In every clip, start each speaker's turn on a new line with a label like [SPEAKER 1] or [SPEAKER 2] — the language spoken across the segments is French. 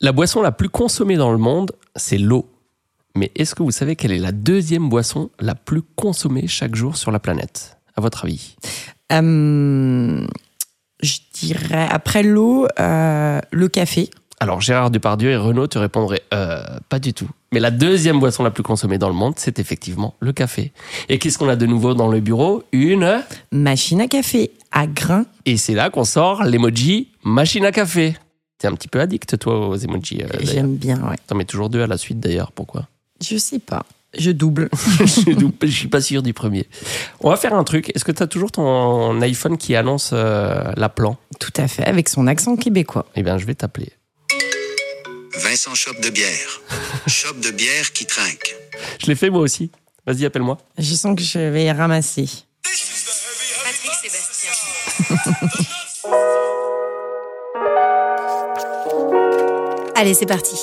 [SPEAKER 1] La boisson la plus consommée dans le monde, c'est l'eau. Mais est-ce que vous savez quelle est la deuxième boisson la plus consommée chaque jour sur la planète À votre avis
[SPEAKER 2] Euh, je dirais, après l'eau, euh, le café.
[SPEAKER 1] Alors Gérard Depardieu et Renaud te répondraient euh, pas du tout. Mais la deuxième boisson la plus consommée dans le monde, c'est effectivement le café. Et qu'est-ce qu'on a de nouveau dans le bureau Une.
[SPEAKER 2] Machine à café, à grains.
[SPEAKER 1] Et c'est là qu'on sort l'emoji machine à café. T'es un petit peu addict toi aux emojis. euh, d'ailleurs.
[SPEAKER 2] J'aime bien, ouais.
[SPEAKER 1] T'en mets toujours deux à la suite d'ailleurs. Pourquoi
[SPEAKER 2] Je sais pas. Je double.
[SPEAKER 1] Je dou- je suis pas sûr du premier. On va faire un truc. Est-ce que t'as toujours ton iPhone qui annonce euh, la plan
[SPEAKER 2] Tout à fait, avec son accent québécois.
[SPEAKER 1] Eh bien, je vais t'appeler.
[SPEAKER 3] Vincent Chope de bière. Chope de bière qui trinque.
[SPEAKER 1] Je l'ai fait moi aussi. Vas-y, appelle-moi.
[SPEAKER 2] Je sens que je vais ramasser.
[SPEAKER 4] Patrick Sébastien. Allez, c'est parti.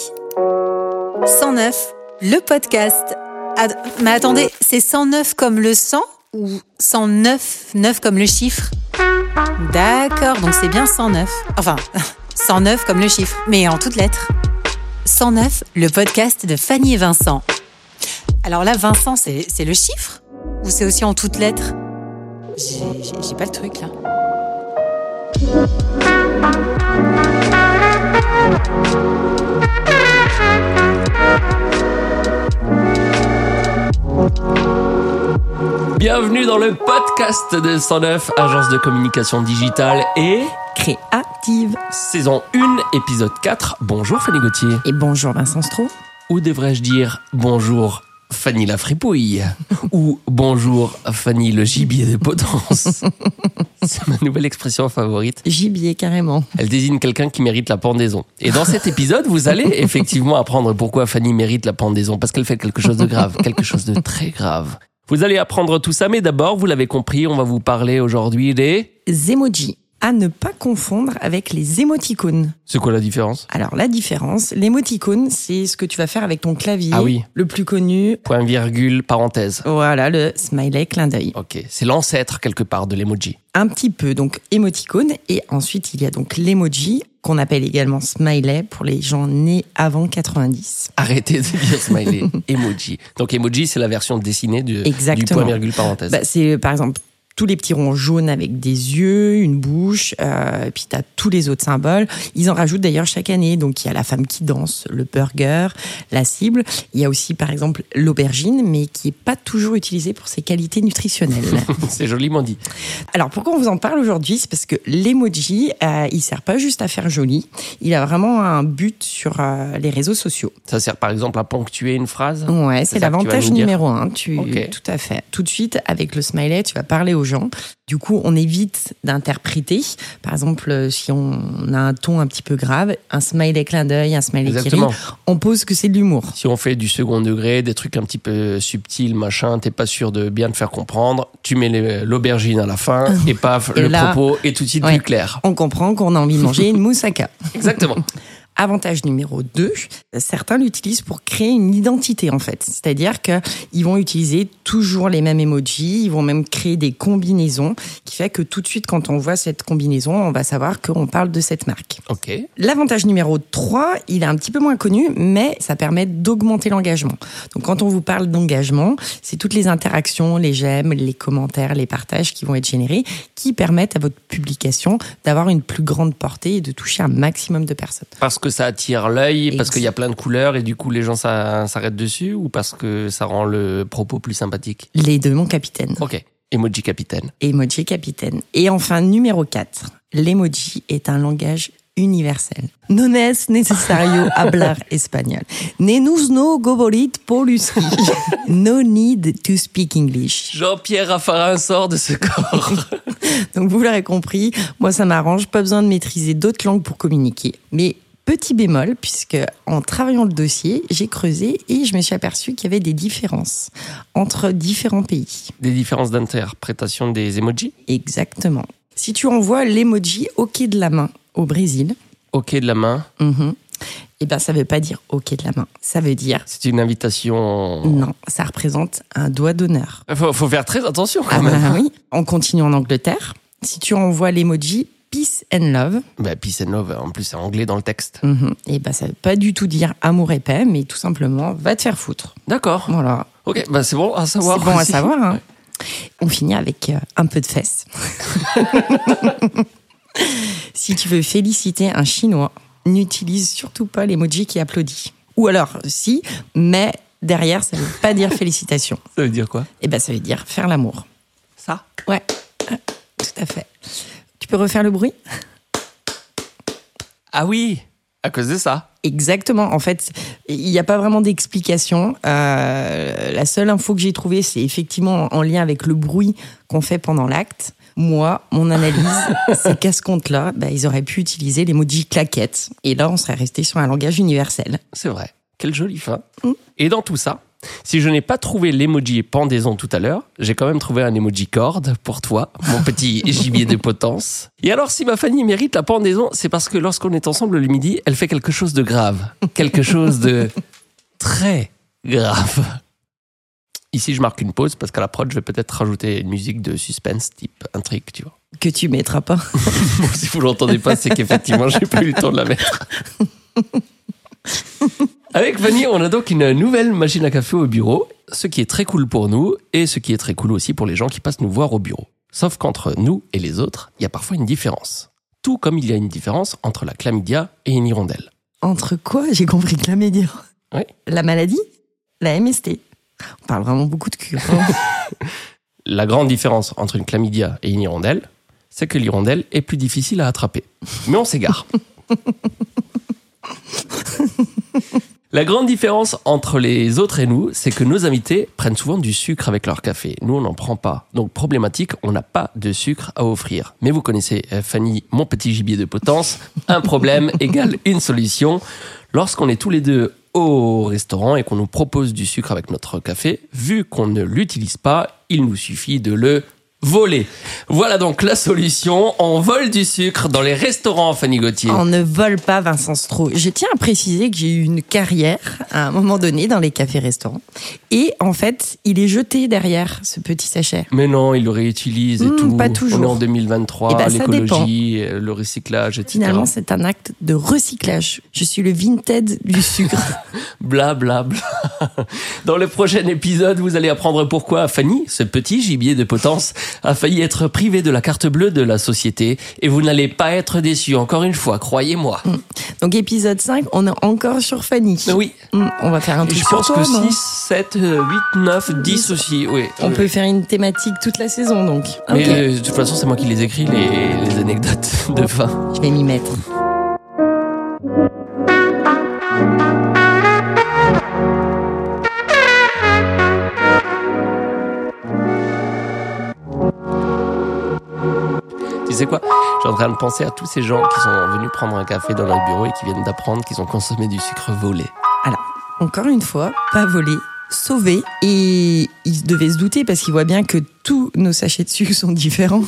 [SPEAKER 4] 109, le podcast. Ad- Mais attendez, c'est 109 comme le 100 ou 109, 9 comme le chiffre D'accord, donc c'est bien 109. Enfin, 109 comme le chiffre, mais en toutes lettres. 109, le podcast de Fanny et Vincent. Alors là, Vincent, c'est c'est le chiffre Ou c'est aussi en toutes lettres j'ai- J'ai j'ai pas le truc là.
[SPEAKER 1] Bienvenue dans le podcast de 109, agence de communication digitale et
[SPEAKER 2] Créative.
[SPEAKER 1] saison 1, épisode 4. Bonjour Fanny Gauthier.
[SPEAKER 2] Et bonjour Vincent Stroh.
[SPEAKER 1] Ou devrais-je dire bonjour Fanny la fripouille Ou bonjour Fanny le gibier de potence C'est ma nouvelle expression favorite.
[SPEAKER 2] Gibier carrément.
[SPEAKER 1] Elle désigne quelqu'un qui mérite la pendaison. Et dans cet épisode, vous allez effectivement apprendre pourquoi Fanny mérite la pendaison. Parce qu'elle fait quelque chose de grave, quelque chose de très grave. Vous allez apprendre tout ça, mais d'abord, vous l'avez compris, on va vous parler aujourd'hui des...
[SPEAKER 2] Zemoji. À ne pas confondre avec les émoticônes.
[SPEAKER 1] C'est quoi la différence
[SPEAKER 2] Alors la différence, l'émoticône, c'est ce que tu vas faire avec ton clavier.
[SPEAKER 1] Ah oui.
[SPEAKER 2] Le plus connu.
[SPEAKER 1] Point virgule parenthèse.
[SPEAKER 2] Voilà, le smiley clin d'œil.
[SPEAKER 1] Ok, c'est l'ancêtre quelque part de l'emoji.
[SPEAKER 2] Un petit peu, donc émoticône. Et ensuite, il y a donc l'emoji, qu'on appelle également smiley pour les gens nés avant 90.
[SPEAKER 1] Arrêtez de dire smiley, emoji. Donc emoji, c'est la version dessinée du, du
[SPEAKER 2] Exactement.
[SPEAKER 1] point virgule parenthèse.
[SPEAKER 2] Bah, c'est par exemple tous les petits ronds jaunes avec des yeux, une bouche, euh, et puis tu as tous les autres symboles. Ils en rajoutent d'ailleurs chaque année. Donc il y a la femme qui danse, le burger, la cible. Il y a aussi par exemple l'aubergine, mais qui est pas toujours utilisée pour ses qualités nutritionnelles.
[SPEAKER 1] c'est joliment dit.
[SPEAKER 2] Alors pourquoi on vous en parle aujourd'hui C'est parce que l'emoji, euh, il sert pas juste à faire joli. Il a vraiment un but sur euh, les réseaux sociaux.
[SPEAKER 1] Ça sert par exemple à ponctuer une phrase.
[SPEAKER 2] Ouais,
[SPEAKER 1] C'est ça que tu vas
[SPEAKER 2] c'est l'avantage
[SPEAKER 1] nous dire.
[SPEAKER 2] numéro un. Tu,
[SPEAKER 1] Ok.
[SPEAKER 2] Tout à fait. Tout de suite, avec le smiley, tu vas parler aux gens. Du coup, on évite d'interpréter. Par exemple, euh, si on a un ton un petit peu grave, un smiley clin d'œil, un smiley
[SPEAKER 1] Exactement.
[SPEAKER 2] qui rit, on pose que c'est de l'humour.
[SPEAKER 1] Si on fait du second degré, des trucs un petit peu subtils, machin, t'es pas sûr de bien te faire comprendre, tu mets les- l'aubergine à la fin et paf,
[SPEAKER 2] Et
[SPEAKER 1] le
[SPEAKER 2] là-
[SPEAKER 1] propos est tout de suite
[SPEAKER 2] Ouais.
[SPEAKER 1] plus clair.
[SPEAKER 2] On comprend qu'on a envie de manger une moussaka.
[SPEAKER 1] Exactement.
[SPEAKER 2] Avantage numéro 2, certains l'utilisent pour créer une identité en fait. C'est-à-dire qu'ils vont utiliser toujours les mêmes emojis, ils vont même créer des combinaisons, qui fait que tout de suite quand on voit cette combinaison, on va savoir qu'on parle de cette marque.
[SPEAKER 1] Ok.
[SPEAKER 2] L'avantage numéro 3, il est un petit peu moins connu, mais ça permet d'augmenter l'engagement. Donc quand on vous parle d'engagement, c'est toutes les interactions, les j'aime, les commentaires, les partages qui vont être générés, qui permettent à votre publication d'avoir une plus grande portée et de toucher un maximum de personnes.
[SPEAKER 1] Parce que ça attire l'œil, parce
[SPEAKER 2] Ex-
[SPEAKER 1] qu'il y a plein de couleurs et du coup les gens ça- s'arrêtent dessus ou parce que ça rend le propos plus sympathique
[SPEAKER 2] Les deux, mon capitaine.
[SPEAKER 1] Ok. Emoji capitaine.
[SPEAKER 2] Emoji capitaine. Et enfin, numéro 4, l'emoji est un langage universel. Non es necesario hablar espagnol. Nenus no gobolit poluski. No need to speak English.
[SPEAKER 1] Jean-Pierre Raffarin sort de ce corps.
[SPEAKER 2] Donc vous l'aurez compris, moi ça m'arrange, pas besoin de maîtriser d'autres langues pour communiquer. Mais petit bémol, puisque en travaillant le dossier, j'ai creusé et je me suis aperçu qu'il y avait des différences entre différents pays.
[SPEAKER 1] Des différences d'interprétation des emojis
[SPEAKER 2] Exactement. Si tu envoies l'emoji OK de la main au Brésil,
[SPEAKER 1] Ok de la main,
[SPEAKER 2] eh ben ça veut pas dire OK de la main. Ça veut dire
[SPEAKER 1] c'est une invitation.
[SPEAKER 2] non, ça représente un doigt d'honneur.
[SPEAKER 1] Faut, faut faire très attention quand
[SPEAKER 2] Mm. Ah
[SPEAKER 1] même. hein.
[SPEAKER 2] bah oui. On continue en Angleterre. Si tu envoies l'emoji peace and love.
[SPEAKER 1] Bah, peace and love, en plus, c'est anglais dans le texte.
[SPEAKER 2] Mhm. Et bah, ça veut pas du tout dire amour et paix, mais tout simplement va te faire foutre.
[SPEAKER 1] D'accord.
[SPEAKER 2] Voilà.
[SPEAKER 1] Ok, bah, c'est bon à savoir.
[SPEAKER 2] C'est bon à
[SPEAKER 1] aussi.
[SPEAKER 2] savoir. hein. On finit avec euh, un peu de fesses. si tu veux féliciter un Chinois, n'utilise surtout pas l'emoji qui applaudit. Ou alors, si, mais derrière, ça ne veut pas dire félicitations.
[SPEAKER 1] Ça veut dire quoi
[SPEAKER 2] Eh ben, ça veut dire faire l'amour.
[SPEAKER 1] Ça
[SPEAKER 2] Ouais, euh, tout à fait. Tu peux refaire le bruit
[SPEAKER 1] Ah oui À cause de ça.
[SPEAKER 2] Exactement. En fait, il n'y a pas vraiment d'explication. Euh, la seule info que j'ai trouvée, c'est effectivement en lien avec le bruit qu'on fait pendant l'acte. Moi, mon analyse, c'est qu'à ce compte-là, bah, ils auraient pu utiliser l'emoji claquette. Et là, on serait resté sur un langage universel.
[SPEAKER 1] C'est vrai. Quelle jolie fin. Et dans tout ça, si je n'ai pas trouvé l'emoji pendaison tout à l'heure, j'ai quand même trouvé un emoji corde pour toi, mon petit gibier de potence. Et alors, si ma Fanny mérite la pendaison, c'est parce que lorsqu'on est ensemble le midi, elle fait quelque chose de grave. Quelque chose de très grave. Ici, je marque une pause parce qu'à la prod, je vais peut-être rajouter une musique de suspense type intrigue, tu vois.
[SPEAKER 2] Que tu mettras pas.
[SPEAKER 1] Bon, si vous l'entendez pas, c'est qu'effectivement, j'ai pas eu le temps de la mettre. Avec Fanny, on a donc une nouvelle machine à café au bureau, ce qui est très cool pour nous et ce qui est très cool aussi pour les gens qui passent nous voir au bureau. Sauf qu'entre nous et les autres, il y a parfois une différence. Tout comme il y a une différence entre la chlamydia et une hirondelle.
[SPEAKER 2] Entre quoi J'ai compris que la médium.
[SPEAKER 1] Ouais.
[SPEAKER 2] La maladie La MST. On parle vraiment beaucoup de cul.
[SPEAKER 1] La grande différence entre une chlamydia et une hirondelle, c'est que l'hirondelle est plus difficile à attraper. Mais on s'égare. La grande différence entre les autres et nous, c'est que nos invités prennent souvent du sucre avec leur café. Nous, on n'en prend pas. Donc, problématique, on n'a pas de sucre à offrir. Mais vous connaissez euh, Fanny, mon petit gibier de potence. Un problème égale une solution. Lorsqu'on est tous les deux au restaurant et qu'on nous propose du sucre avec notre café, vu qu'on ne l'utilise pas, il nous suffit de le voler. Voilà donc la solution. On vole du sucre dans les restaurants, Fanny Gauthier.
[SPEAKER 2] On ne vole pas Vincent Stroh. Je tiens à préciser que j'ai eu une carrière à un moment donné dans les cafés-restaurants. Et en fait, il est jeté derrière ce petit sachet.
[SPEAKER 1] Mais non, ils le réutilisent et
[SPEAKER 2] Hmm,
[SPEAKER 1] tout.
[SPEAKER 2] pas
[SPEAKER 1] On est
[SPEAKER 2] toujours.
[SPEAKER 1] en 2023,
[SPEAKER 2] Eh ben, ça
[SPEAKER 1] l'écologie, euh, le recyclage, etc.
[SPEAKER 2] Finalement, c'est un acte de recyclage. Je suis le Vinted du sucre.
[SPEAKER 1] Bla bla bla. Dans le prochain épisode, vous allez apprendre pourquoi Fanny, ce petit gibier de potence, a failli être privé de la carte bleue de la société. Et vous n'allez pas être déçus, encore une fois, croyez-moi.
[SPEAKER 2] Hmm. Donc épisode 5, on est encore sur Fanny.
[SPEAKER 1] Ah Oui,
[SPEAKER 2] Mm, On va faire un
[SPEAKER 1] Et
[SPEAKER 2] truc
[SPEAKER 1] je
[SPEAKER 2] sur
[SPEAKER 1] pense
[SPEAKER 2] toi,
[SPEAKER 1] que euh,
[SPEAKER 2] non
[SPEAKER 1] 6, 7, 8, 9, 10 aussi. Oui. Euh,
[SPEAKER 2] On peut faire une thématique toute la saison, donc.
[SPEAKER 1] Mais
[SPEAKER 2] Ok.
[SPEAKER 1] euh, de toute façon, c'est moi qui les écris, les, les anecdotes de fin.
[SPEAKER 2] Je vais m'y mettre.
[SPEAKER 1] Tu sais quoi Je suis en train de penser à tous ces gens qui sont venus prendre un café dans leur bureau et qui viennent d'apprendre qu'ils ont consommé du sucre volé.
[SPEAKER 2] Alors, encore une fois, pas voler, sauver. Et ils devaient se douter parce qu'ils voient bien que tous nos sachets de sucre sont différents.